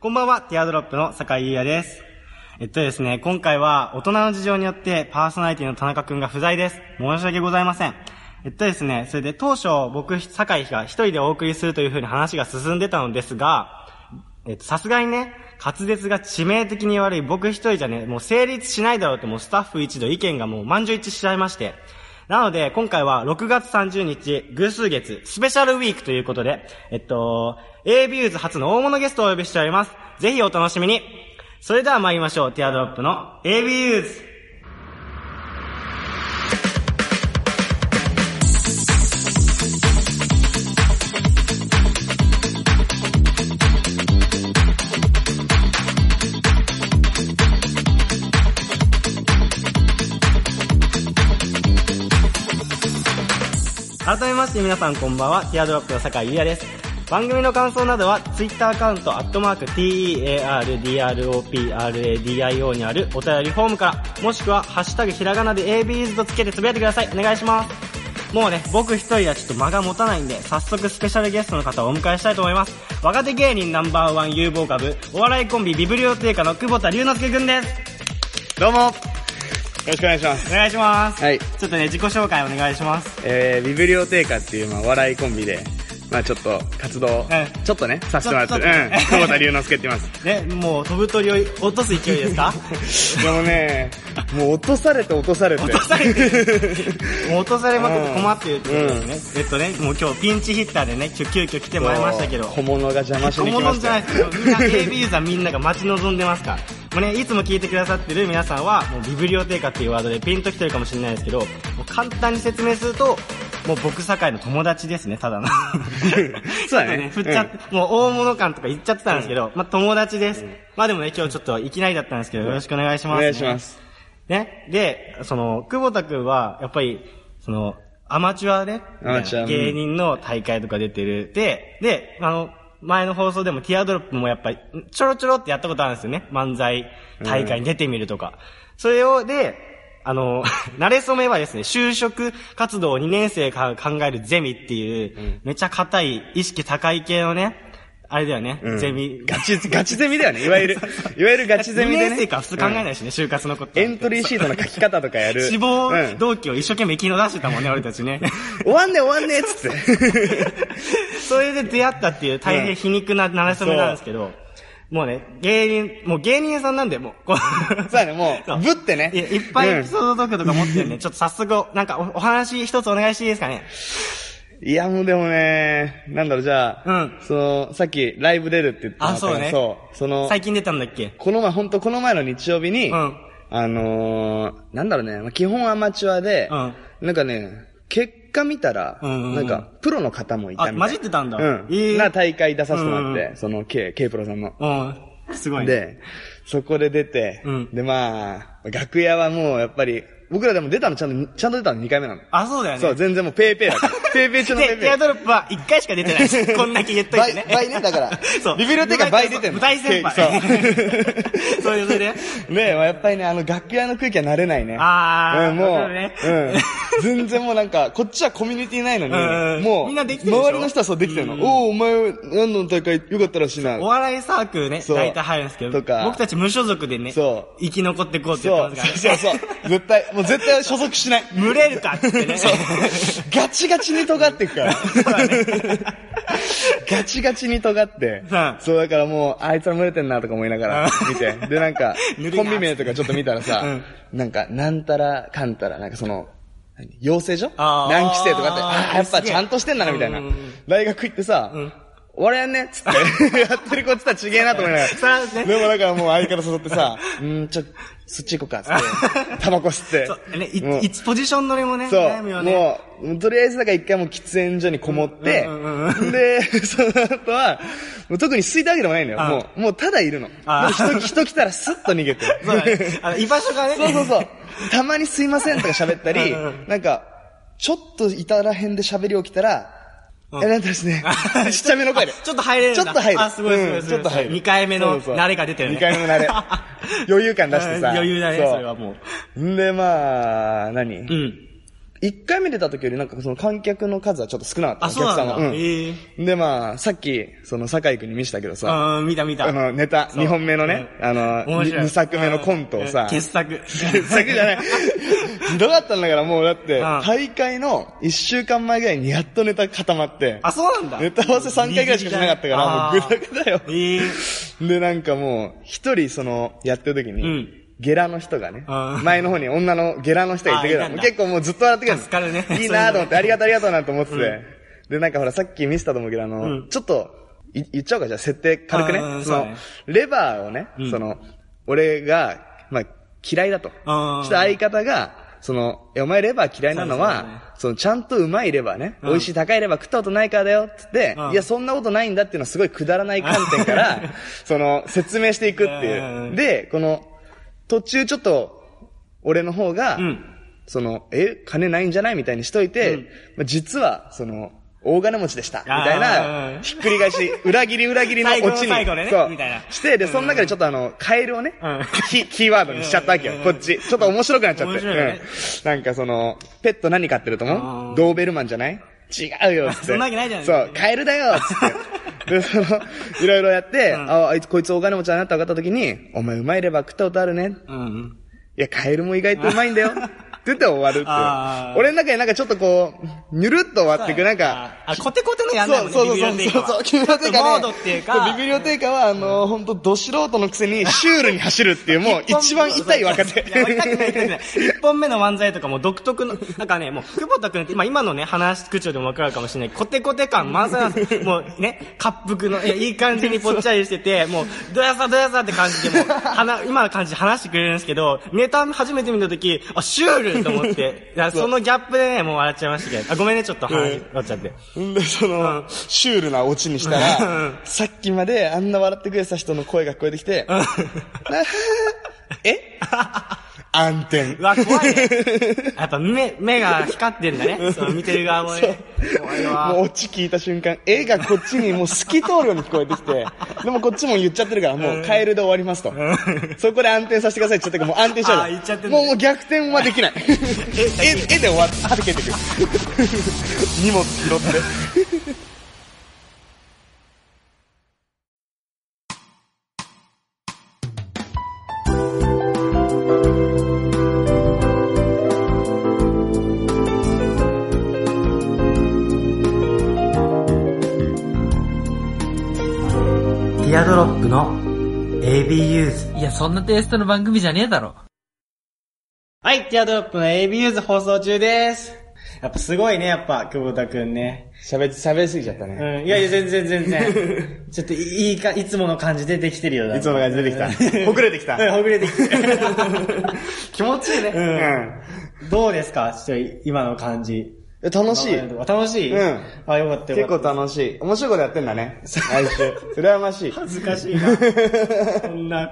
こんばんは、ティアドロップの坂井優也です。えっとですね、今回は大人の事情によってパーソナリティの田中くんが不在です。申し訳ございません。えっとですね、それで当初僕、坂井が一人でお送りするというふうに話が進んでたのですが、えっと、さすがにね、滑舌が致命的に悪い僕一人じゃね、もう成立しないだろうってもうスタッフ一同意見がもう満場一致しちゃいまして。なので、今回は6月30日、偶数月、スペシャルウィークということで、えっと、A ビューズ初の大物ゲストをお呼びしております。ぜひお楽しみに。それでは参りましょう。ティアドロップの A ビューズ。改めまして皆さんこんばんは、ティアドロップの坂井優也です。番組の感想などは、ツイッターアカウント、アットマーク、TEARDROPRADIO にあるお便りフォームから、もしくは、ハッシュタグひらがなで ABs とつけてつぶやいてください。お願いします。もうね、僕一人はちょっと間が持たないんで、早速スペシャルゲストの方をお迎えしたいと思います。若手芸人ナンバーワン有望株、お笑いコンビビブリオテーカの久保田龍之介くんです。どうもよろしくお願いします。お願いします。はいちょっとね、自己紹介お願いします。えー、ビブリオテーカっていう、まあ、笑いコンビで、まあちょっと活動、んちょっとね、させてもらってちょちょっとる、うん、久保田龍之介って言いまね、もう飛ぶ鳥を落とす勢いですかす。でもね、もう落とされて落とされて。落とされもう落とされまくって困ってるってことうんですね。えっとね、もう今日ピンチヒッターでね、今日急遽来てもらいましたけど。小物が邪魔し小に来ま物しじゃなたいですけど、みんな AB ユーザーみんなが待ち望んでますから。もうね、いつも聞いてくださってる皆さんは、もうビブリオテーカっていうワードでピンときてるかもしれないですけど、もう簡単に説明すると、もう僕堺の友達ですね、ただの。 そうだね ちょっと振っちゃって、もう大物感とか言っちゃってたんですけど、まあ友達です。まあでもね、今日ちょっといきなりだったんですけど、よろしくお願いしおます、願いします。ね。で、その、久保田くんは、やっぱり、その、アマチュアね。アマチュアうん芸人の大会とか出てる。で、で、あの、前の放送でもティアドロップもやっぱり、ちょろちょろってやったことあるんですよね。漫才大会に出てみるとか。それを、で、あの、 慣れ初めはですね、就職活動を2年生から考えるゼミっていう、めちゃ硬い、意識高い系のね、あれだよね、うんゼミ。ガチ、ガチゼミだよね。いわ ゆる、いわゆるガチゼミでね。 2年生から普通考えないしね、就活のこと。エントリーシートの書き方とかやる。志う望ん動機を一生懸命昨日出してたもんね、俺たちね。終わんねえ終わんねえっ つって。それで出会ったっていう大変皮肉な慣れ初めなんですけど、もうね、芸人、もう芸人さんなんで、もう、こう そうだね、もう、ぶってね。いやいっぱいエうんピソードトークとか持っ てるんで、ちょっと早速、なんかおお話一つお願いしていいですかね。いや、もうでもね、なんだろう、じゃあ、うんその、さっきライブ出るって言ってたあそうねそう。その、最近出たんだっけこの前、ほんとこの前の日曜日に、うんあのー、なんだろうね、まあ基本アマチュアで、うんなんかね、結果見たら、うんうんうんなんか、プロの方もいたみたいな。あ混じってたんだうん。ええな大会出させてもらって、うんうその、K、K プロさんの。うん、すごいね。で、そこで出て、うんで、まあ、楽屋はもう、やっぱり、僕らでも出たのちゃんと、ちゃんと出たの2回目なの。あ、そうだよね。そう、全然もうペイペイ だから。ペイペイ中のペイペで、イ。ティアドロップは1回しか出てない し、こんだけ言っといてね。倍倍ねだから そう。ビビるっていうか倍出てんの大先 輩。そう そういうそれで。ねえ、まあやっぱりね、あの、楽屋の空気は慣れないね。あーうん、もなるほどう、ねうん。全然もうなんか、こっちはコミュニティないのうんうんに、もう、みんなできてるでしょ周りの人はそうできてるの。おお、お前、何の大会よかったらしいなお。笑いサークルね、そう大体入るんですけど、とか僕たち無所属でね、そ生き残ってこうって言そっう、てますかそうら、ね。そう。絶対、もう絶対所属しない。 群れるかってってね。そう。ガチガチに尖ってくから。だねガチガチに尖ってうん。そうだからもう、あいつら群れてんなとか思いながらうん見て。で、な んかぬ、るいなコンビ名とかちょっと見たらさ、なんか、なんたらかんたら、なんかその、何養成所あー何期生とかって、ああ、やっすぱげえちゃんとしてんだな、みたいなうんうんうん。大学行ってさ、俺やんねっつって、 やってるこっちとは違えなと思いながら。 そうですねでもだからもう相方誘ってさ、うーん、ちょ、そっち行こうか、つ って、タバコ吸って。そうね、いもう一ポジション取りもね、そう、悩むよね。もう、とりあえずだから一回もう喫煙所にこもって、うんうんうんうで、 その後は、もう特に吸いたわけでもないんだよ。あもう、もうただいるの。であも人、人来たらスッと逃げて。 そうだね。あの、居場所がね。そう そうそう。たまにすいませんとか喋ったりうんうん、なんか、ちょっといたらへんで喋り起きたら、うん。え、なんてですねちっちゃめの声で。ちょっと入れるんだちょっと入る。あすごいすごいうんすごいちょっと入る。二回目のそうそう慣れが出てるね二回目の慣 れ。余裕感出してさ。余裕だね、うそれはもう。んで、まあ、何うん。一回目出た時よりなんかその観客の数はちょっと少なかった。あ、そうなんだ。お客さんはええうん。で、まあ、さっき、その、酒井くんに見せたけどさ、あー見た見た。あの、ネタ、そう2本目のね、うんあの、面白い。 2作目のコントをうさん、傑作。傑作じゃない。ひ どかったんだから、もうだっうて、ん大会の1週間前ぐらいにやっとネタ固まって、 あ、そうなんだ。ネタ合わせ3回ぐらいしかしなかったから、もうぐだぐだよ。ええ で、なんかもう、一人、その、やってる時に、うんゲラの人がねあー、前の方に女のゲラの人がいてくれあたーいたんだ結構もうずっと笑ってくれた。助かるね いいなーと思って、ありがとうありがとうなと思ってて。で、なんかほら、さっき見せたと思うけど、あの、うんちょっと、い言っちゃおうか、じゃあ設定軽くねあー。そそうの、ねレバーをね、うんその、俺が、まあ、嫌いだと。あーした相方が、その、えお前レバー嫌いなのそうですよねは、その、ちゃんとうまいレバーね、うん美味しい高いレバー食ったことないからだよ、つってうん、いや、そんなことないんだっていうのはすごいくだらない観点から、 その、説明していくってうんうんういんう。で、この、途中ちょっと、俺の方が、うんその、え、金ないんじゃないみたいにしといて、うんまあ実は、その、大金持ちでした。みたいあーな、ひっくり返し、裏切り裏切りの最後のオチに。最後でねそうみたいなして、で、その中でちょっとあの、カエルをね、うんキキーワードにしちゃったわけようん。こっち。ちょっと面白くなっちゃって。面白いよねうんなんかその、ペット何飼ってるとあ思ーうドーベルマンじゃない違うよ、つって。そんなわけないじゃんそう、カエルだよ、つって。で、その、いろいろやって、うんあ、あいつ、こいつ大金持ちだなって分かった時に、お前うまいレバー食ったことあるね。うん。いや、カエルも意外とうまいんだ よ。って言って終わるっあーて。俺の中でなんかちょっとこう、にゅるっと終わっていく、なんか、あ、コテコテのやんないそもうんそうそうビビリオそンうテイそカうはそう、ビビちょっとモードっていリオンテイカね。うそうか、ビビリオテイカは、あの、本当ど素人のくせにシュールに走るっていう、もう一番痛い若手。いや痛くない痛くない。一本目の漫才とかも独特の、なんかね、もう、久保田くんって、今、今のね、話し口調でもわかるかもしれない。コテコテ感満載なんですよもうね、滑腹の、いや、いい感じにぽっちゃりしてて、もう、どやさどやさって感じで、もう、話、今の感じで話してくれるんですけど、ネタ初めて見たとき、あ、シュールと思 って、いやそのギャップでね、もう笑っちゃいましたけど、あ、ごめんね、ちょっと話、終わっちゃって。んで、その、シュールなオチにしたうんら、さっきまであんな笑ってくれてた人の声が聞こえてきて、え 暗転。うわ、怖いね。やっぱ目、目が光ってんだね。その見てる側もね。怖いわ。もうオチ聞いた瞬間、絵がこっちにもう透き通るように聞こえてき て、でもこっちも言っちゃってるから、もうカエルで終わりますと。そこで暗転させてくださいって言っちゃってるから、もう暗転しちあー言っちゃゃっうてじゃんだん。もうもう逆転はで きない。絵絵絵で終わって、はけてくる。荷物拾って。ティアドロップの AB ユーズ。いや、そんなテイストの番組じゃねえだろ。はい、ティアドロップの AB ユーズ放送中です。やっぱすごいね、やっぱ、久保田くんね。喋り、喋りすぎちゃったうね。ん、いやいや、全然全然。ちょっといいか、いつもの感じでできてるよ。 いつもの感じ出てきた。ほぐれてきた。うん、ほぐれてきて。気持ちいいね。うん。うん。どうですかちょっと今の感じ。え楽しい。楽しいうんあ、よかった結よか構った。楽しい。面白いことやってんだね。あいつ。 羨ましい。恥ずかしいな。そんな。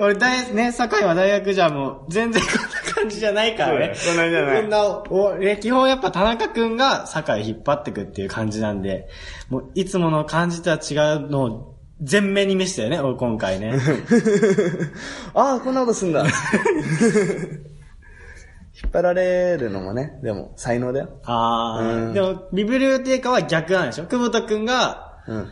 俺大、ね、堺は大学じゃもう、全然こんな感じじゃないからね。そうそんなじゃないこんな、お、ね基本やっぱ田中くんが堺引っ張ってくっていう感じなんで、もう、いつもの感じとは違うのを、全面に見せたよね、俺今回ね。 ああ、こんなことすんだ。引っ張られるのもね、でも、才能だよ。あー。うんでも、ビブリオテーカは逆なんでしょ久保田くんが、うん。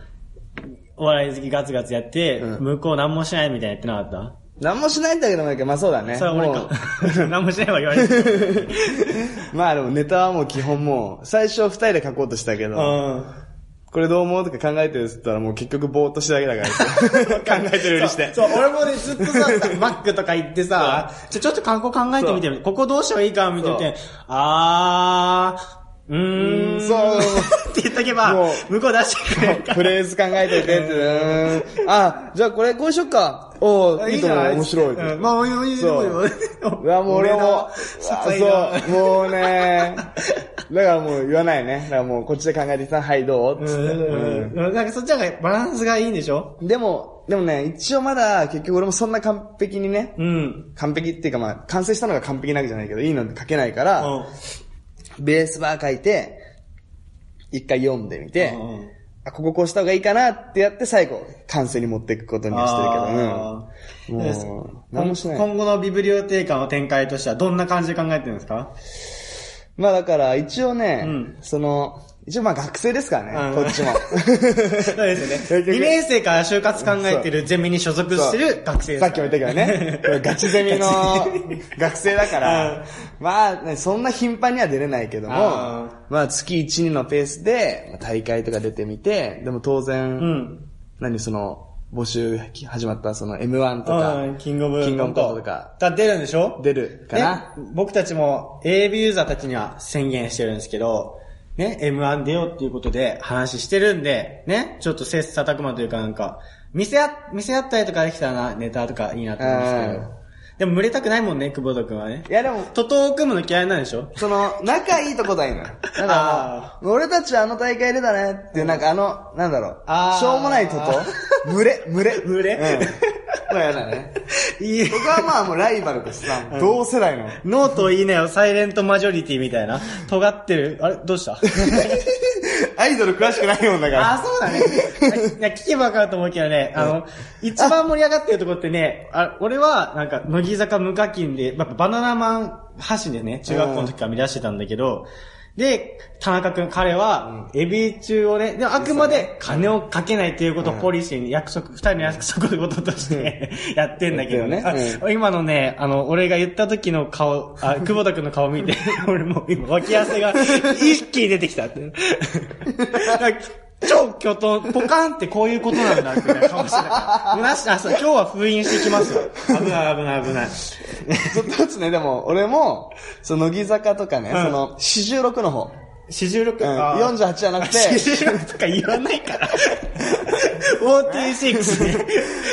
お笑い好きガツガツやって、うん向こう何もしないみたいなやってなかった何もしないんだけどもいいけど、まあそう だね。それは俺もか。 何もしないは言われてる。うまあでもネタはもう基本もう、最初二人で書 こうとしたけど、うん。これどう思うとか考えてるっつったらもう結局ぼーっとしてるだけだ から。考えてるふりして。そう、そう俺もね、ずっとさ、 マックとか行ってさ、じゃちょっと観光考えてみてみて、ここどうしたらいいか見てみて、あー、うーん、そうって言っとけばも、向こう出してくれるかフら。レーズ考えといてって、うーん。あ、じゃあこれこうしよっか。おー、いいと思う。面白い。うん、まあ、おいおい、でそもうでも、うわ、もう俺も、うわ境がそう、もうね、だからもう言わないね。だからもうこっちで考えてきたはい、どうっうつって、ん、うん、なんかそっちの方がバランスがいいんでしょうんでも、でもね、一応まだ結局俺もそんな完璧にね、うん。完璧っていうかまあ、完成したのが完璧なわけじゃないけど、いいの書けないから、ベースバー書いて、一回読んでみて、うんあ、こここうした方がいいかなってやって最後、完成に持っていくことにはしてるけど、うあーん。もうえそ何もしない今後のビブリオテーカの展開としてはどんな感じで考えてるんですかまあだから、一応ね、うんその、一応まあ学生ですからね、うんこっ ち も。そうですよね。2年生から就活考えてるゼミに所属してる学生ですさかっきも言らったけ どね、これガチゼミの学生だから、まあ、ね、そんな頻繁には出れないけどもあ、まあ月1、2のペースで、まあ大会とか出てみて、でも当然、うん。何その、募集始まったその M1 とうんか、キングオブキングオブコントととかか。だって出るんでしょ出るかな。ね僕たちも AV ユーザーたちには宣言してるんですけど、ね、M1 出ようっていうことで話してるんで、ね、ちょっと切磋琢磨というかなんか、見せあ、見せ合ったりとかできたらな、ネタとかいいなと思うんですけうどん。でも群れたくないもんね、久保田くんはねい。やでも、徒党を組むの嫌いなんでしょその、仲いいとこだいのよ。だあから、俺たちあの大会出たねっていう、なんかあの、なんだろうあー、しょうもないとと、群れ、群れ。群れうん。まあやだね。 いい。僕はまあもうライバルとしてさ、同 世代の。ノートいいねよ、サイレントマジョリティみたいな。尖ってる。あれどうしたアイドル詳しくないもんだから。あ、そう だね。いや、聞けばわかると思うけどね、あの、一番盛り上がってるとこってね、あ俺は、なんか、乃木坂無課金で、まあバナナマン発信でね、中学校の時から見出してたんだけど、で、田中くん、彼は、エビ中をね、でもあくまで金をかけないということをポリシーに約束、二人の約束のこととして やってんだけどね。やってるねあ今のね、あの、俺が言った時の顔、 あ、久保田くんの顔見て、俺もう今、脇汗が一気に出てきたって。 なんか超巨頭、ポカンってこういうことなんだ、みたいな顔してた。むなし、あ、そう、今日は封印してきますよ。危ない危ない危ない。ちょっとずつね、でも、俺も、その、乃木坂とかね、うんその、四十六の方。四十六、うんあー48じゃなくて四十六とか言わないから。46ね。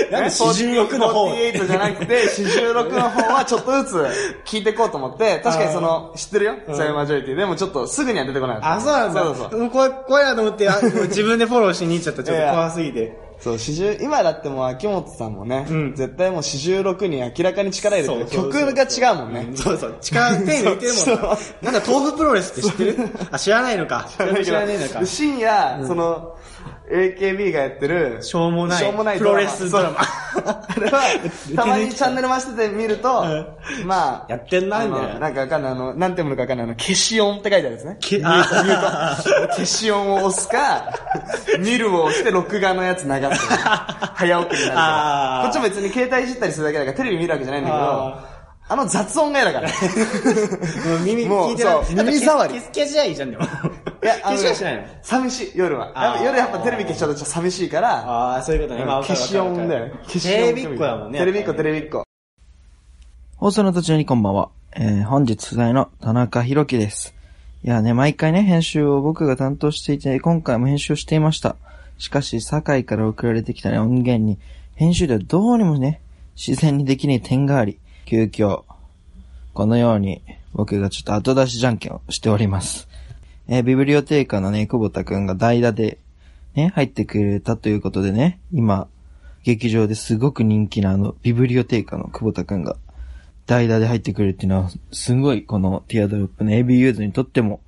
なんで四十六の方。 48じゃなくて、四十六の方はちょっとずつ聞いていこうと 思って、確かにその、知ってるよ、そういうマジョリティ。でもちょっとすぐには出てこない。あ、そうなんだ。そうそうそう。もう怖い、怖いなと思って、あもう自分でフォローしに行っちゃった。ちょっと怖すぎて。そう、四十、今だってもう秋元さんもね、うん絶対もう四十六に明らかに力入れてる。そうそう曲そうが違うもんね。そうそう。力、手 抜いてるもんなそ。なんだ、豆腐プロレスって知 ってるあ、知らないのか。知らないのかで。深夜、その、AKB がやってる、しょうもないしょうもないプロレスドラマそうあれは、たまにチャンネル回してて見ると、まあ、やってんなあみのたいななんかわかんない、あの、なんてものかわかんない、あの、消し音って書いてあるんですね。けあー消し音を押すか、見るを押して録画のやつ流す。早送りになるかあらー。こっちも別に携帯いじったりするだけだから、テレビ見るわけじゃないんだけど、ああの雑音が 嫌だから。もう 耳もう聞いてないそう。耳障り消す消しゃいいじゃん、でも。いや、あ消のしはしないの。寂しい、夜は。あー夜やっぱテレビ消しちゃうとちょっと寂しいから、ああ、そういうことね。まあ消し音だよね。消し音テレビっ子だもんね。テレビっ子、テレビっ子。放送の途中にこんばんは。えー、本日不在の田中宏樹です。いやね、毎回ね、編集を僕が担当していて、今回も編集をしていました。しかし、堺から送られてきた、ね、音源に、編集ではどうにもね、自然にできない点があり、急遽、このように、僕がちょっと後出しじゃんけんをしております。えービブリオテーカーのね、久保田くんが代打で、ね、入ってくれたということでね、今、劇場ですごく人気なあの、ビブリオテーカーの久保田くんが、代打で入ってくるっていうのは、すごいこのティアドロップの AB ユーズにとっても、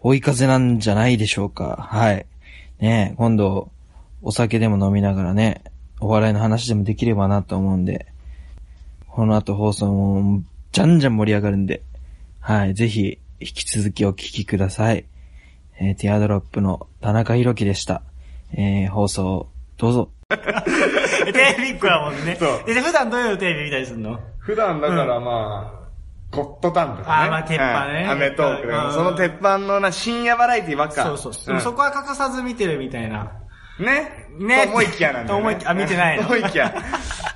追い風なんじゃないでしょうか。はい。ねえ、今度、お酒でも飲みながらね、お笑いの話でもできればなと思うんで、この後放送も、じゃんじゃん盛り上がるんで、はい、ぜひ、引き続きお聞きください。えーティアドロップの田中宏樹でした。えー放送、どうぞ。テレビっ子だもんね。そうで、普段どういうテレビ見たりするの普段だからまあ、ゴッドタンとかね。あーまあ鉄板ねはいアメトーークだかうんら、その鉄板のな、深夜バラエティばっか。そうそう。でうもんそこは欠かさず見てるみたいな。 ねねと思いきやなんだよ、ね。と思いきやあ見てないのと思いきや。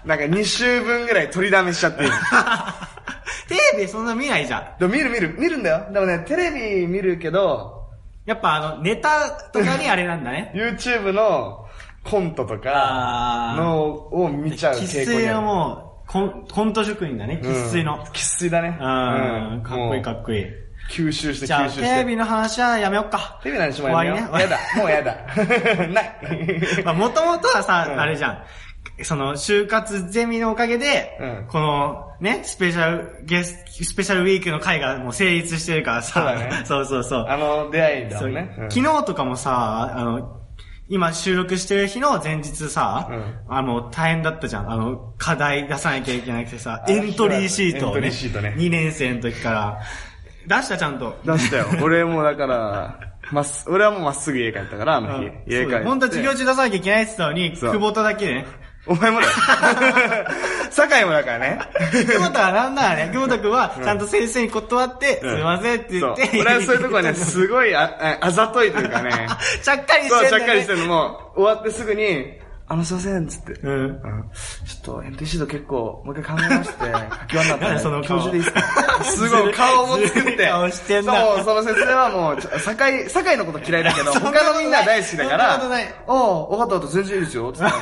なんか2週分ぐらい取りだめしちゃってる。テレビそんな見ないじゃ ん。でも見る見る、見るんだよ。でもね、テレビ見るけど、やっぱあの、ネタとかにあれなんだね。 YouTube のコントとあかーのを見ちゃう喫傾向水にあのる。もう、コンコント職人だね、喫水の。喫水だね。うん、かっこいいかもっこいい。う吸収してじゃ吸あ、収して。テレビの話はやめよっ か。テレビなんでしょ、もうやめよう。終やわだ。もうやだ。 ない。まあ、もともとはさ、あれじゃん。その、就活ゼミのおかげで、うんこの、ね、スペシャルゲス、スペシャルウィークの会がもう成立してるからさ、そうだね そうそうそうあの、出会いだそもうんね。うん昨日とかもさ、あの、今収録してる日の前日さ、うあの、大変だったじゃん。あの、課題出さなきゃいけなくてさ、あエントリーシートをエントリねーシートね2年生の時から。出したちゃんと。出したよ。 俺もだから、まっす、俺はもうまっすぐ家帰ったから、あの日。家帰って。本当は授業中出さなきゃいけないって言ったのに、そう久保田だけね。 お前もだよ。 酒井もだからね。久保田はなんならね、久保田くんはちゃんと先生に断って、 すいませんって言ってそう。俺はそういうとこはね、すごいあ、ああざといというかね。 ちゃっかりしてそんう、だちよゃねっかりしてるのも、終わってすぐに、あの、すいません、つって。うん。うん。ちょっと、ヘンテシード結構、もう一回考え まして、書き終わんなったん何で、その教顔授でいいっすかすごい、顔も作ずっるいて。顔してんなそう、その先生はもう、ちょ酒井、酒井のこと嫌い だけど、他のみんな大好きだかそんなことら、ないおう、わかったわかった、全然いいですよ、つってなん か。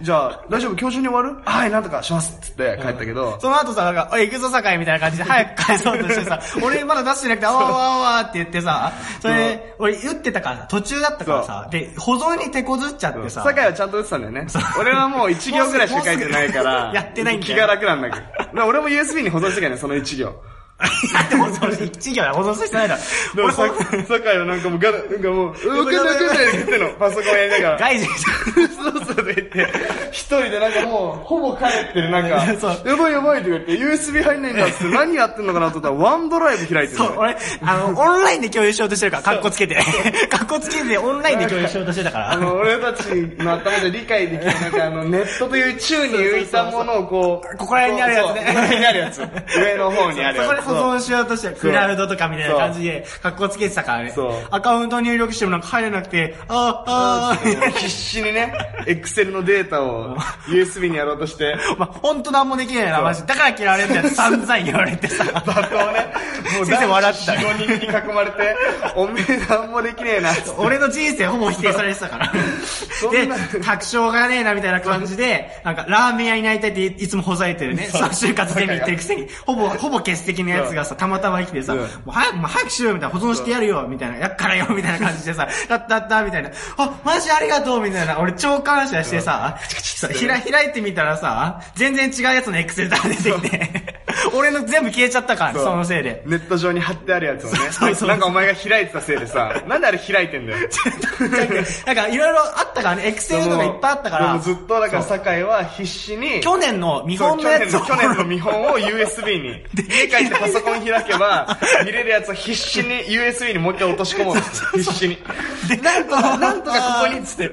じゃあ、大丈夫、今日中に終わるはい、なんとかします、つって帰ったけど、その後さ、なんか、おい、行くぞ、酒井みたいな感じ で、早く返そうとしてさ、俺まだ出してなくて、あわあわあわって言ってさ、それで、俺打ってたからさ、途中だったからさ、で、保存に手こずっちゃってさ、酒井はちゃんと打ってたんだよね。俺はもう1行ぐらいしか書いてないかもうすら、ぐやってないんだよ気が楽なんだけど。だから俺も USB に保存してたよね、その1行。やって保存し、一行だ、保存してないだろ。でもさ、 酒井はなんかもうガラ、なん かもう、うわかんないわかんないって言ってんの、パソコンやりながら。外人そうそうって言って、一人でなんかもう、ほぼ帰ってる、なんか、そうやばいやばいって言って、USB 入んないんだっつって、何やってんのかなと思ったら、ワンドライブ開いてるそのう、俺、あの、 オンラインで共有しようとしてるから、カッコつけて。カッコつけて、オンラインで共有しようとしてたか ら。あの、俺たちの頭で理解できる、なんかあの、ネットという宙に浮いたものをこう、ここら辺にあるやつねそうここら辺にあるやつ。上の方にあるそやこでつ。保存しようとして、クラウドとかみたいな感じで、カッコつけてたからねそう。アカウント入力してもなんか入れなくて、ああ、ああ、みたいな必死にね、エクセルのデータを USB にやろうとして、 まあ、ほんとなんもできないな、マジ。だから嫌われるん だよ。散々言われてさ。ババカをね、もう先生笑ってたね4、5人に囲まれて、おめえなんもできねえな、つって俺の人生ほぼ否定されてたから。 そんなで、確証がねえなみたいな感じで、なんか、ラーメン屋になりたいっていつもほざいてるね。そう、就活ゼミ行ってるくせに、ほぼ、ほぼ欠席のやつがさ、たまたま生きてさ、うんもう早く、もう早くしろよみたいな、保存してやるよみたいな、やっからよみたいな感じでさ、だったったみたいな、あ、マジありがとうみたいな、俺超感謝してさ、さひら開いてみたらさ、全然違うやつのエクセルが出てきて、 俺の全部消えちゃったから、そのせいで。ネット上に貼ってあるやつをね そうそうなんかお前が開いてたせい でさ、なんであれ開いてんだよ。なんか、いろいろあったからね、エクセルとかいっぱいあったかでらも、ずっと、だから酒井は必死に、去年の見本のやつをそう去年の去年の見本 を USB に。家帰ってパソコン開けば、見れるやつを必死に USB にもう一回落とし込もうとして。必死に。 なんと か、なんとかここにっつって。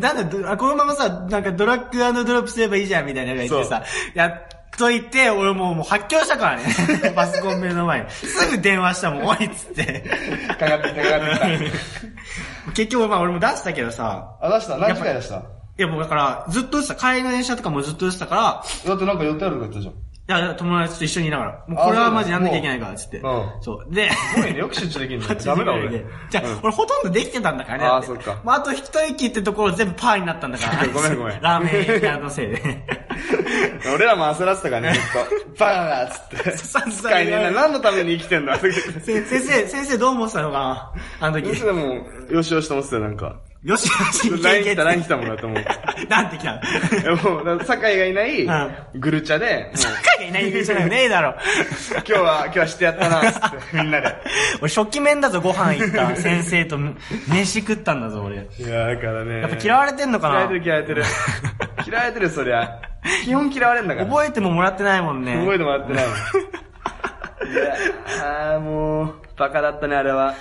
ななんだ、あこのままさ、なんかドラッグドロップすればいいじゃんみたいなのが言ってさ、やっといて、俺もうもう発狂したからね。 パソコン目の前に。すぐ電話したもん、おいっつ って。かかってきた、かかってき結局、まあ俺も出したけどさ、た。あ、出した何時間出したいやもうだから、ずっと打ってた、帰りの電車とかもずっと打ってたから、だってなんか予定あるとか言ったじゃん。いやいや、友達と一緒にいながら、もうこれはマジやんなきゃいけないから、つって。うんそう。で、す ごいね、よく集中できるんだよ。 8ダ時ぐメだらい俺で。じゃあ、俺ほとんどできてたんだからね。あーだてそっかまあ、あと一息ってところ全部パーになったんだから。 ごめんごめんラーメン屋のせいで。 俺らも焦らせたからね、ずっと。 バーッつそっうそうて。使いねえな。何のために生きてん だって。せ先生、先生どう思ってたのかなあの時い。つでも、よしよしと思ってたよ、なんか。よしよし、いけいけって LINE 来た、LINE 来たもんだと 思う。なんて来たのいやもう、だから酒井がいなうい、グルチャで、もう、彼がいない理由じゃないねえだ ろ。今日は、今日はしてやったな、つ って、みんなで。俺、初期面だぞ、ご飯行った。先生と飯食ったんだぞ、俺。いや、だからね。やっぱ嫌われてんのか嫌なわれてる、嫌われて る。嫌われてる、そりゃ。基本嫌われんだから。覚えてももらってないもんね。覚えてもらってないもん。いや、あーもう、バカだったね、あれは。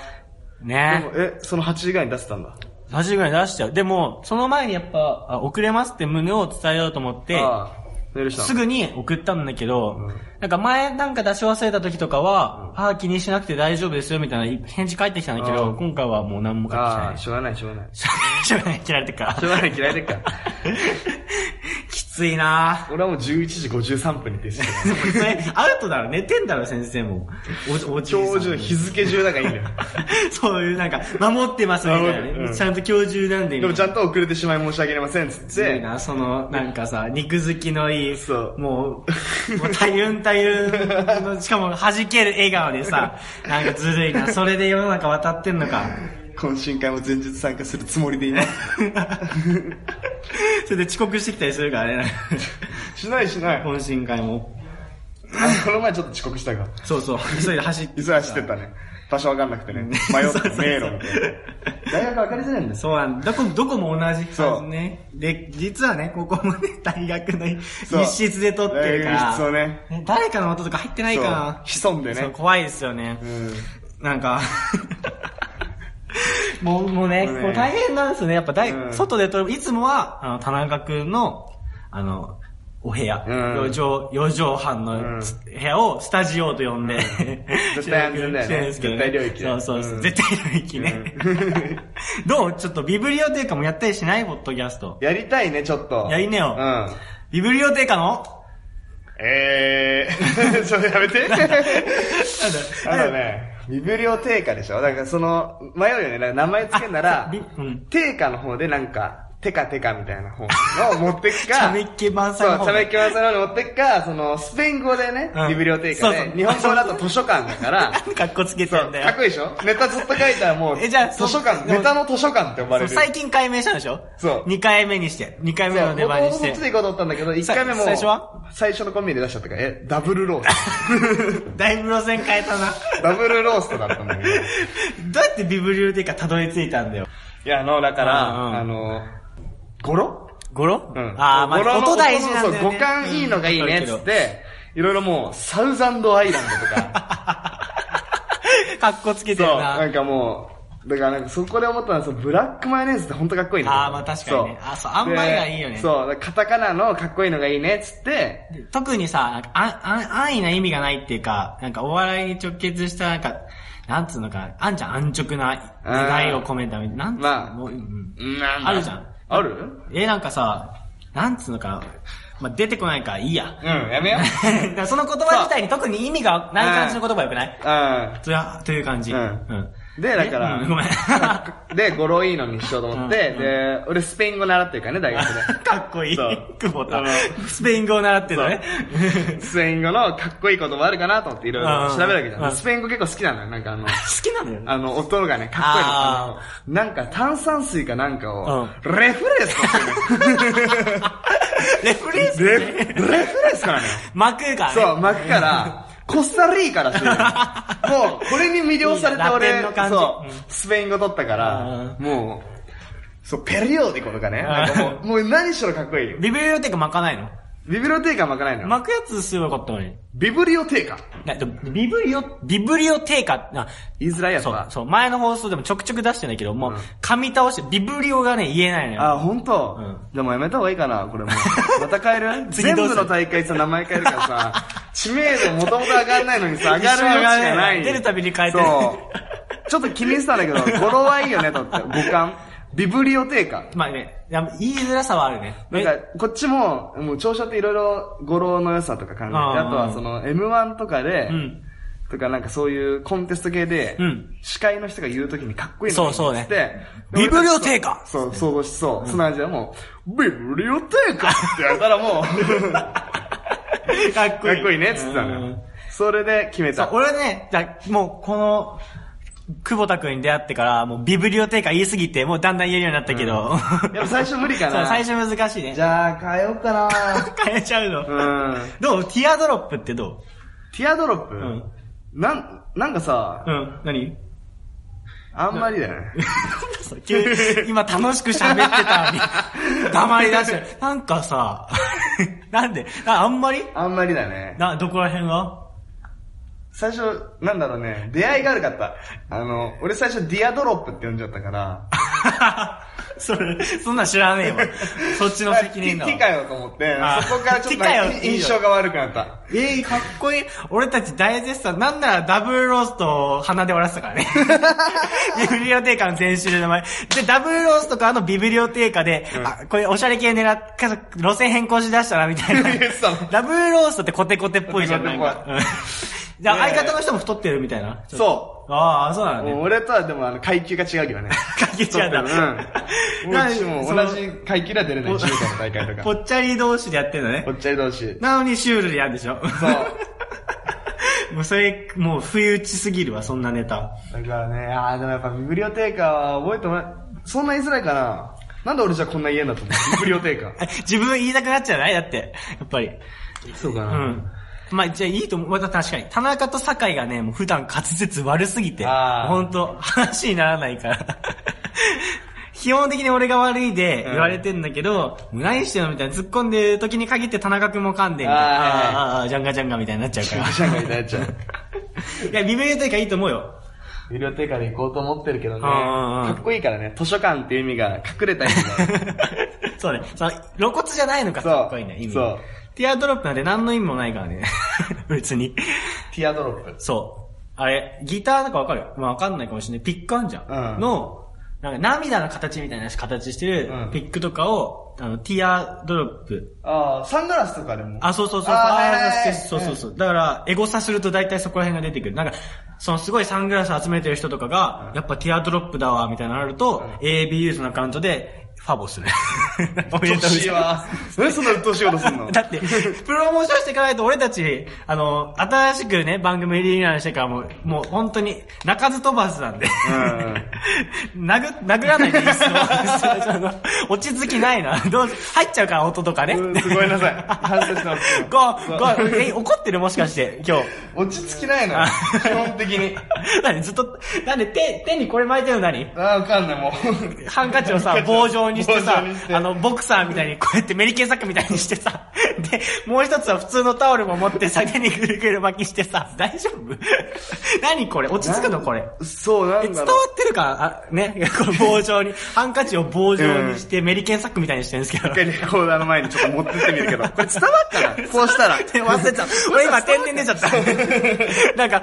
でねも、え、その8時ぐらいに出してたんだ。 8時ぐらいに出しちゃう。でも、その前にやっぱ、あ遅れますって胸を伝えようと思って、ああ、メールしたのすぐに送ったんだけど、なんか前なんか出し忘れた時とかは、ああ、気にしなくて大丈夫ですよみたいな返事返ってきたんだけうど、ん今回はもう何も返あっあ、てきしょうがない、しょうがなてい。ない。しょうがない、切られてるから しょう。がない、嫌いでっか。きついなぁ。俺はもう11時53分に出てた。でもそれ、アウトだろ、寝てんだろ、先生も。お、おじいさんも 今日中、日付中だからいいんだよ。 そういうなんか、守ってますみたいなね。守ってうんちゃんと今日中なんでみたいでもなちゃんと遅れてしまい申し訳ありません、つっ強いて。な、その、なんかさ、肉付きのいい、そうもう、もう大運大運 の、しかも弾ける笑顔でさ、なんかずるいな、それで世の中渡ってんのか。懇親会も前日参加するつもりでいない。それで遅刻してきたりするからね、なんか しないしない。懇親会も。あこの前ちょっと遅刻したが。そうそう、急いで走って。急いで走ってったね。場所わかんなくてね、迷 って迷路みたいな。大学わかりづらいんです。そうなんだ。どこ、どこも同じそはうずね。で、実はね、ここもね、大学の一そう室で撮ってるか大ら。学の一室をねね誰かの音とか入ってないかな。そう潜んでねそう、怖いですよね。うんなんか、もう、もうね、もうねこう大変なんですね。やっぱ大、うん外で撮る、いつもは、あの、田中くんの、あの、お部屋、うん4畳、4畳半うのんつ部屋をスタジオと呼んで、絶対安全だよねしてるんですけど絶対領域だそうよそうそう、うん絶対領域ね。 どうちょっとビブリオテーカもやったりしないポッドキャスト。やりたいね、ちょっと。やりねようん。ビブリオテーカのえー、 それやめて。あなんのね、ビブリオ定価でしょだからその、迷うよね。だから名前つけんなあらびうん、定価の方でなんか、テカテカみたいな方を持っ てくか、チャメッケ満載のそ方う、チャメッケ満載の方に持ってくか、その、スペイン語でねうん、ビブリオ定価そうそでう、日本語だと図書館だから、かっこつけてそんう、だかよっ。こいいでしょネタずっと書いたらもう、えじゃあ図書館、でもネタの図書館って呼ばそれうる。最近解明したんでしょそう2回目にして。2回目そう、の出もと番もにとしそってち。で行こうと思ったんだけど、一さ回目も、最初は最初のコンビニで出しちゃったから、え、ダブルロースだいぶ路線変えたな。ト。ダブルローストだったんだけど。どうやってビブリューテカたどり着いたんだよ。いや、あの、だから、うんうんあの、語呂ゴロうん。ああ、ま語あ、呂の音大事なんだよ、ね。そう、語感いいのがいいね、っつうっんて、いろいろもう、サウザンドアイランドと か、かっこつけてそう、るなな。んかもう、だからなんかそこで思ったのは、そのブラックマヨネーズって本当かっこいいね。あーまあ確かにねあそう塩梅がいいよねでそう、だからカタカナのかっこいいのがいいね、っつって、特にさ、なんかあん、あん、安易な意味がないっていうか、なんかお笑いに直結した、なんか、なんつうのかな、あんちゃん安直な願いを込めたみたいな。なんつうの、まあもううんなんだあるじゃん。あるえ、なんかさ、なんつうのかな、まあ、出てこないからいいや う。ん、やめよ う。だからその言葉自体に特に意味がない感じの言葉よくないうん。それはという感じ。うんで、だから、えうんごめん。か で、語呂いいのにしようと思って、うんで、俺スペイン語習ってるからね、大学 で。っこいいそう。久保田あの。スペイン語を習ってるのね。スペイン語のかっこいい言葉あるかなと思っていろいろ調べるわけじうんうゃんん。スペイン語結構好きなのよ。なん かあの、好きなのよね。あの、音がね、かっこいいのああの。なんか炭酸水かなんかを、レフレスレフレース レフ、レフレスからね。巻くからね。そう、巻くから、コスタリーからしてる。もう、これに魅了されたいいね俺ラテンの感、じそううん、スペイン語取ったかうんら、もう、そう、ペリオディコとかね。なんかもう、もう何しろかっこいいよ。ビブリオテーカ巻かないのビブリオテーカ巻かないのよ。巻くやつすればよかったのに。ビブリオテーカ。なでもビブリオ、ビブリオテーカ、な言いづらいやつそうは、。そう、前の放送でもちょくちょく出してんだけど、もううん、噛み倒して、ビブリオがね、言えないのよ。あ、ほんと、うんでもやめた方がいいかな、これも う。また変える次全どうする部の大会さ、名前変えるか らさ、知名度もともと上がんないのにさ、上一が緒るに上がら余地ないがない。出るたびに変えてるそう。ちょっと気にしてたんだけど、語呂はいいよね、とって。五感。ビブリオテーカ。まあね、やっぱ言いづらさはあるね。な んか、こっちも、もう、長所っていろいろ語呂の良さとか考えて、あーあとはその、M1 とかで、うんとかなんかそういうコンテスト系で、うん司会の人が言うときにかっこいいのそうそうねって言って、ビブリオテーカそう、想像しそう。その味はもう、ビブリオテーカってやったらもう、 かっかっこいいねっつってたのよ。それで決めそうた。俺ね、じゃあもうこの、久保田くんに出会ってから、もうビブリオテーカ言いすぎて、もうだんだん言えるようになったけど。やっぱ最初無理か そな。う最初難しいね。じゃあ、変えようかな変えちゃうの。うん。どうティアドロップってどティアドロップ、んなん、なんかさう、うん。何あんまりだよね。そう急に今楽しく喋ってた のに、黙り出 して。なんかさ、なんでああんまりあんまりだね。な、どこら辺が 最初、なんだろうね、出会いが悪かった。あの、俺最初ディアドロップって呼んじゃったから、それ、そんなん知らねえわ。そっちの責任 だわティ。かよと思ってあ、そこからちょっとなんティかカよ印象が悪くなった。 ええかっこいい。俺たち大絶賛。なんならダブルローストを鼻で割らせた からね。ビブリオテーカの全集で名前。で、ダブルローストからのビブリオテーカで、あ、これおしゃれ系狙っ、か路線変更しだしたな、みたいな言ってたの。ダブルローストってコテコテっぽいじゃん、なんコテか。コうんじゃあ、相方の人も太ってるみたいな。そああ、そうなう。んだもうね。俺とはでもあの階級が違うけどね。かけちゃうんだ。 うん。もなううちもそ同のじ階級では出れない、中華の大会とぽか。っちゃり同士でやってんだねぽ。っちゃり同士。なのにシュールでやるでしょそう。 もうそれ、もう不意打ちすぎるわ、そんなネタ。だからね、ああ、でもやっぱビブリオテーカは覚えてもらえ、そんな言いづらいかな。なんで俺じゃこんな言え んだと思う。ビブリオテーカ。自分言いたくなっちゃうないだって、やっぱり。 そうかうん。まあ、じゃあいいと思う。また確かに。田中と酒井がね、もう普段滑舌悪すぎて、あー本当話にならないから。 基本的に俺が悪いで言われてんだけど、もう何してんのみたいな突っ込んでる時に限って田中くんも噛んでんから、ああーーあー、ジャンガジャンガみたいになっちゃうから。 シャンガになっちゃう。いや、微妙というかいいと思うよ。 ビデオ定価で行こうと思ってるけどね。うんうんうんかっこいいからね、図書館っていう意味が隠れた意 味だよそうね。その露骨じゃないのか、そうかっこいいね、意味。そうティアドロップなんて何の意味もないからね。 別に。ティアドロップ。そう。あれ、ギターなんかわかるよ。まあわかんないかもしれない。ピックあんじゃん。うんの、なんか涙の形みたいな形してるうんピックとかを、あの、ティアドロップ。ああ、サングラスとかでも。あ、そうそうそう。あーあーはいはいはいそうそうそう。だから、エゴサすると大体そこら辺が出てくる。なんか、そのすごいサングラス集めてる人とかが、やっぱティアドロップだわ、みたいなのあると、ABUS のアカウントで、ファボ する。おめでとうございます年 は。何そんな鬱陶しいことすん のだって、プロモーションしていかないと俺たち、あの、新しくね、番組リーダーしてからもう、もう本当に、泣かず飛ばずなんで。 殴、殴らないでいいっすよ その落ち着きないな。どう入っちゃうから、音とかね。うんすごめんなさい反省してますよ ご、ご、え、怒ってるもしかして、今 日。落ち着きないのよあ基本的に。何ずっと、なんで手、手にこれ巻いてるの何ああ、わかんない、もう。ハンカチをさ、棒状にしてさ棒状にし、てあの、ボクサーみたいに、こうやってメリケンサックみたいにしてさ、 で、もう一つは普通のタオルも持って酒にぐるぐる巻きしてさ、大丈夫 何これ落ち着くのこれ。そう、なえん伝わだっろう。てるかあ、ね、 この棒状に、ハンカチを棒状にして、メリケンサックみたいにしてるんですけど。一回レコーダーの前にちょっと持ってってみるけど。これ伝わったなそうしたら。で 忘れちゃった。俺今点々出ちゃった。 なんか、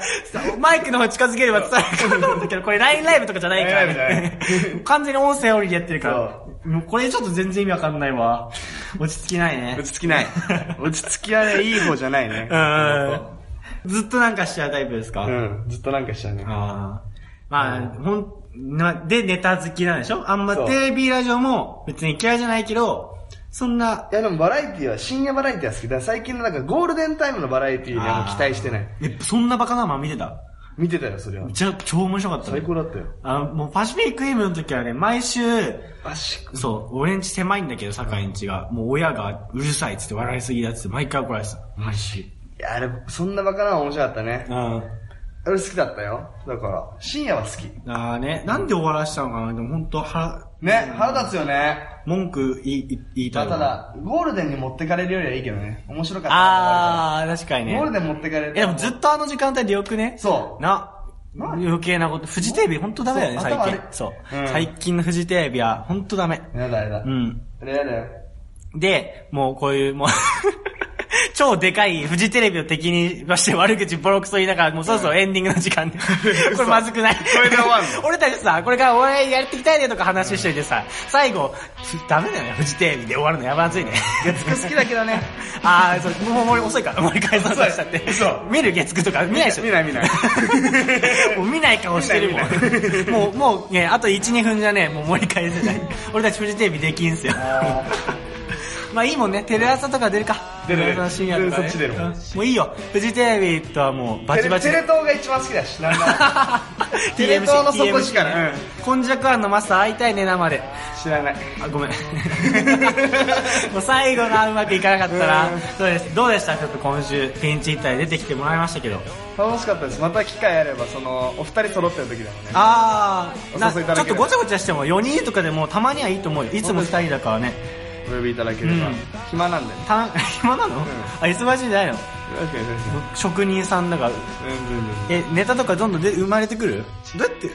マイクの方近づければ伝わるかなと思ったけど、これ LINE ライブとかじゃないから、 LINE ライねブじゃな。完全に音声オりでやってるから。もうこれちょっと全然意味わかんないわ。落ち着きないね。 落ち着きない。落ち着きはね、いい方じゃないね。うん。ずっとなんかしちゃうタイプですか、うん。ずっとなんかしちゃうね。ああ。まあ、ほん、な、で、ネタ好きなんでしょあんまそうテレビ、ラジオも別に嫌いじゃないけど、そんな、いやでもバラエティは、深夜バラエティは好きだ。最近のなんかゴールデンタイムのバラエティにはもう期待してない。えそんなバカなま見てた見てたよ、それは。じゃあ、超面白かったね最高だったよ。あの、もうパシフィックイムの時はね、毎週、マジか。そう、俺んち狭いんだけど、堺んちが。もう親がうるさいっつって笑いすぎだっつって、毎回怒られてた。マジいや、あれ、そんなバカなの面白かったね。うん。俺好きだったよ。だから、深夜は好き。ね、あーね、なんで終わらしたのかなでも本当腹、腹立つよね。文句言い言いたたいだただ、ゴールデンに持ってかれるよりはいいけどね。面白かったな。あー、確かにね。ゴールデン持ってかれる。え、でもずっとあの時間帯でよくね。そうな。余計なこと。フジテレビほんとダメだよね、そう最頭近悪。いそう、うん最近のフジテレビはほんとダメ。やだやだ。うん。あれやだよ。で、もうこういう、 もう、超でかいフジテレビを敵にまして悪口ボロクソ言いながら、もうそろそろエンディングの時間で。これまずくないそれで終わんの 俺たちさ、これから俺やっていきたいねとか話しといてさ、最後、ダメだよね、フジテレビで終わるのやばずいね。月9好きだけどね。 あー、そう、もうもう遅いから、盛り返させちゃって。そう見る月9とか見ないでしょ見ない見ない。 もう見ない顔してるもん。もう、もうね、あと1、2分じゃね、もう盛り返せない。俺たちフジテレビできんすよ。まあいいもんね、テレ朝とか出るか。出るテレ朝深夜とか、ね。そっち出るもんうんもういいよ、フジテレビとはもうバチバチテレ。テレ東が一番好きだし、なんならテレ TMC 東の底力 TMC ね今弱庵のマスター会いたいね、生で。知らない。あ、ごめん。もう最後がうまくいかなかったら、そうです。どうでしたちょっと今週、ピンチヒッターで出てきてもらいましたけど。楽しかったです。また機会あれば、その、お二人揃ってる時でもね。あー、なおち誘いいょただければっとごちゃごちゃしても4人とかでもたまにはいいと思うよ。いつも2人だからね。お呼びいただければ。うん暇なんでね。た、暇なの、あ、忙しいんじゃないの確かに確かに。職人さんだから。うん、全然。え、ネタとかどんどんで生まれてくるどうやって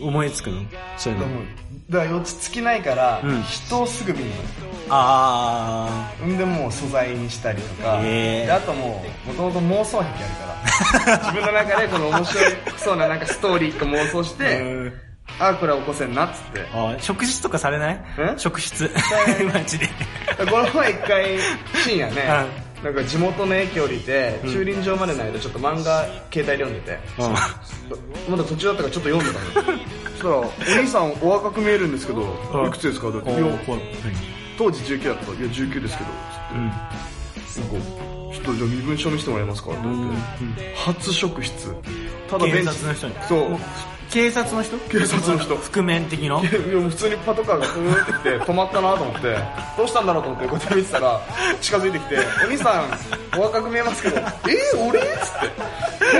思いつくのそういうでの。もだから落ち着きないから、うん人をすぐ見るあのんでもう素材にしたりとか、へーであともうもともと妄想 癖あるから自分の中でこの面白いそうななんかストーリー一個妄想しー。てああこれは起こせんなっつってあー職質とかされないん職質。 マジで。この前一回深夜ね、なんか地元の駅降りて、駐輪場までの間ちょっと漫画携帯で読んでて、まだ途中だったからちょっと読んでたのよそしたら「お兄さんお若く見えるんですけどいくつですか?」だっていや当時19だったいや19ですけど」つって、なんかちょっとじゃあ身分証見せてもらえますか?」って言って、初職質ただベンチ警察の人に。そうも警察の人警察の人覆面的ないや普通にパトカーがふーって来て止まったなと思ってどうしたんだろうと思ってこうやって見てたら近づいてきて「お兄さんお若く見えますけどえ俺?」っつって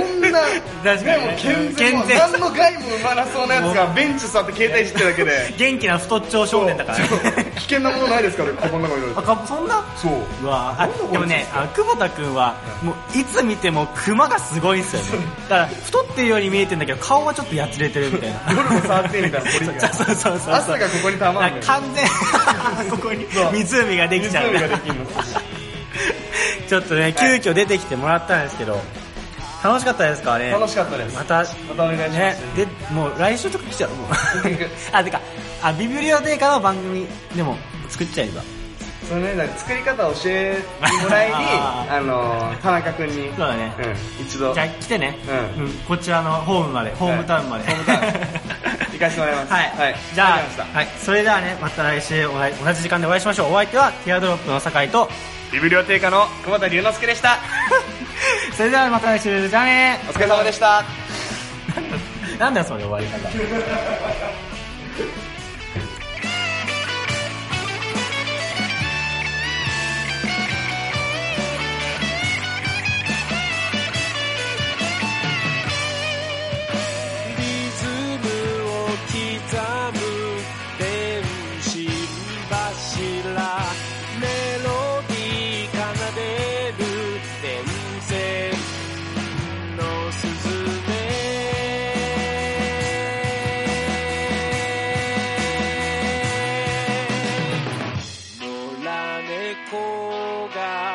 こんな確かにねねもう健全健全何の害も生まなそうなやつがベンチ座って携帯してるだけで元気な太っちょ少年だからね。危険なものないですからカバンの中に入れあ、てかそんなそううわあなんだこいつでもね、あ久保田くんは、もういつ見てもクマがすごいんすよね。だから、太ってるように見えてんだけど、顔はちょっとやつれてるみたいな。夜も触ってみたいなポリが そうそうそうそう。朝がここにたまあるんだよ完全ここに 湖ができちゃう湖ができんのちょっとね急遽出てきてもらったんですけど楽しかったですかね楽しかったですまたまたお願いしますねでもう来週とか 来ちゃうもうあてかあビブリオデーカの番組でも作っちゃえばそのねなんか作り方を教えてもらいにあ あの田中君にそうだねうん一度じゃあ来てね、うんうんこちらのホームまでホームタウンまで、はいホーム タウン行かせてもらいますはい、はいじゃあわかりましたはい、それではねまた来週お会い同じ時間でお会いしましょうお相手はティアドロップの酒井とビブリオテーカの久保田龍之介でしたそれではまた来週じゃあねお疲れ様でしたなんだよその終わり方野良猫が